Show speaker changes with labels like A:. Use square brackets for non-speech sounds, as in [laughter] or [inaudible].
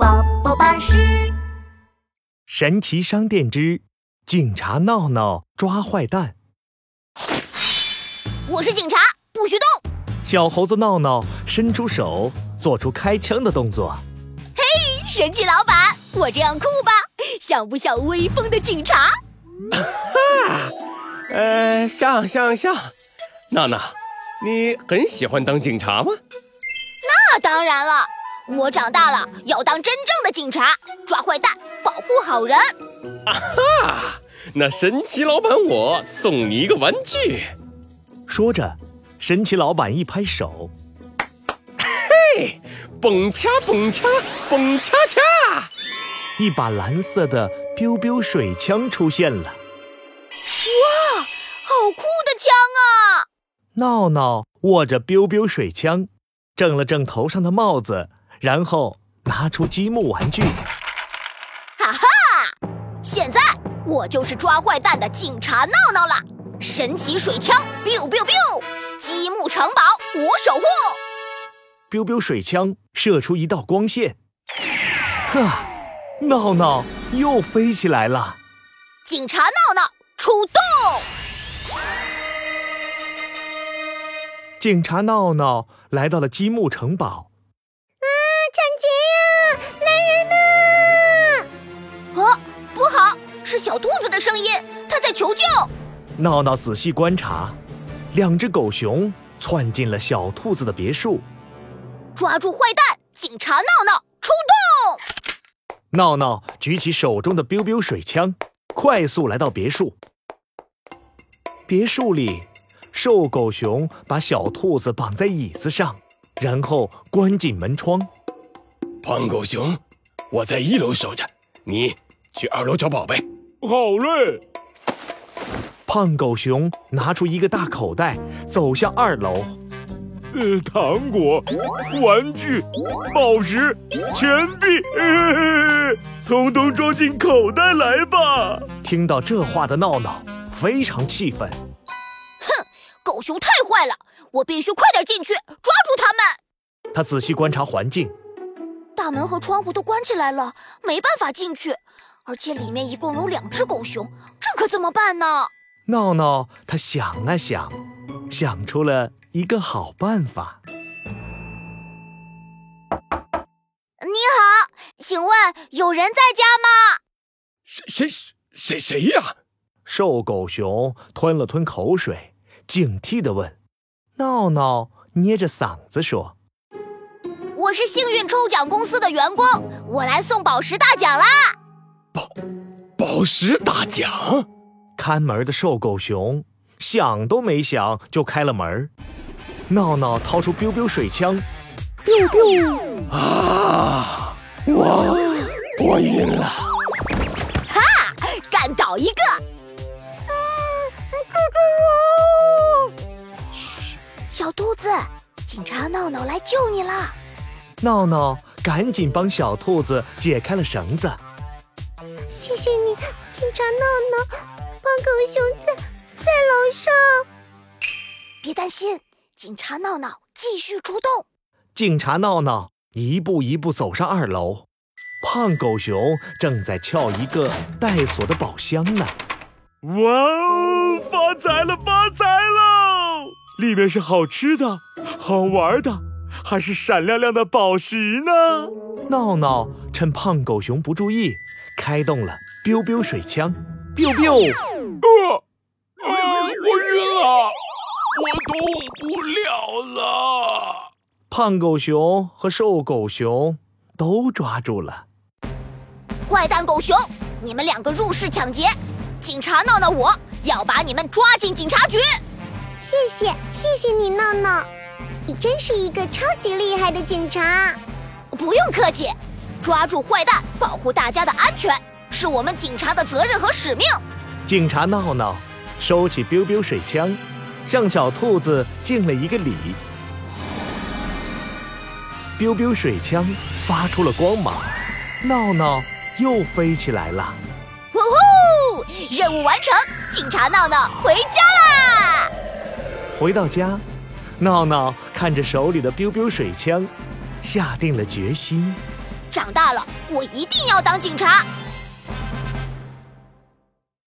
A: 巴士
B: 神奇商店之警察闹闹抓坏蛋。
A: 我是警察，不许动！
B: 小猴子闹闹伸出手，做出开枪的动作。
A: 神奇老板，我这样酷吧？像不像威风的警察？啊
C: 呃，像像像，娜娜，你很喜欢当警察吗？
A: 那当然了，我长大了要当真正的警察，抓坏蛋，保护好人。
C: 啊，那神奇老板我送你一个玩具。
B: 说着，神奇老板一拍手，
C: 嘿，蹦恰蹦恰蹦恰恰！
B: 一把蓝色的 biu biu 水枪出现了。
A: 好酷的枪啊！
B: 闹闹握着 biu biu 水枪，正了正头上的帽子，然后拿出积木玩具。
A: 现在我就是抓坏蛋的警察闹闹了。神奇水枪，biu biu biu！积木城堡，我守护。
B: biu biu 水枪射出一道光线，呵，闹闹又飞起来了。
A: 警察闹闹出动！
B: 警察闹闹来到了积木城堡，
A: 抢劫呀！来人呐！哦，不好，是小兔子的声音，它在求救。
B: 闹闹仔细观察，两只狗熊窜进了小兔子的别墅。
A: 抓住坏蛋！警察闹闹出动！
B: 闹闹举起手中的 biu biu 水枪，快速来到别墅。别墅里，瘦狗熊把小兔子绑在椅子上，然后关紧门窗。
C: 胖狗熊，我在一楼守着，你去二楼找宝贝。
B: 好嘞。胖狗熊拿出一个大口袋，走向二楼。呃，糖果、玩具、宝石、钱币， [laughs] 呃，统统装进口袋来吧！听到这话的闹闹非常气愤，
A: 狗熊太坏了，我必须快点进去抓住他们！
B: 他仔细观察环境，
A: 大门和窗户都关起来了，没办法进去，而且里面一共有两只狗熊，这可怎么办呢？
B: 闹闹他想啊想，想出了一个好办法。
A: 你好，请问有人在家吗？
C: 谁谁谁谁呀、
B: 瘦狗熊吞了吞口水，警惕地问：“闹闹，捏着嗓子说，
A: 我是幸运抽奖公司的员工，我来送宝石大奖啦！
C: 宝石大奖！
B: 看门的瘦狗熊想都没想就开了门。闹闹掏出 biu biu 水枪，
C: 啊，我我晕了。
A: 干倒一个！啊嘘，小兔子，警察闹闹来救你了。
B: 闹闹赶紧帮小兔子解开了绳子。
A: 谢谢你，警察闹闹，胖狗熊在在楼上。别担心，警察闹闹继续出动。
B: 警察闹闹一步一步走上二楼，胖狗熊正在撬一个带锁的宝箱呢。
D: 哇哦，发财了，发财喽！里面是好吃的、好玩的，还是闪亮亮的宝石呢？
B: 闹闹趁胖狗熊不注意，开动了 biu biu 水枪，biu biu，
C: 啊，我晕了，我动不了了。
B: 胖狗熊和瘦狗熊都抓住了。
A: 坏蛋狗熊，你们两个入室抢劫，警察闹闹我要把你们抓进警察局。
E: 谢谢，谢谢你，闹闹，你真是一个超级厉害的警察。
A: 不用客气，抓住坏蛋，保护大家的安全，是我们警察的责任和使命。
B: 警察闹闹收起 biu biu 水枪，向小兔子敬了一个礼。biu biu 水枪发出了光芒，闹闹又飞起来了。
A: 呼呼，任务完成，警察闹闹回家啦！
B: 回到家，闹闹看着手里的 biu biu 水枪，下定了决心。
A: 长大了，我一定要当警察。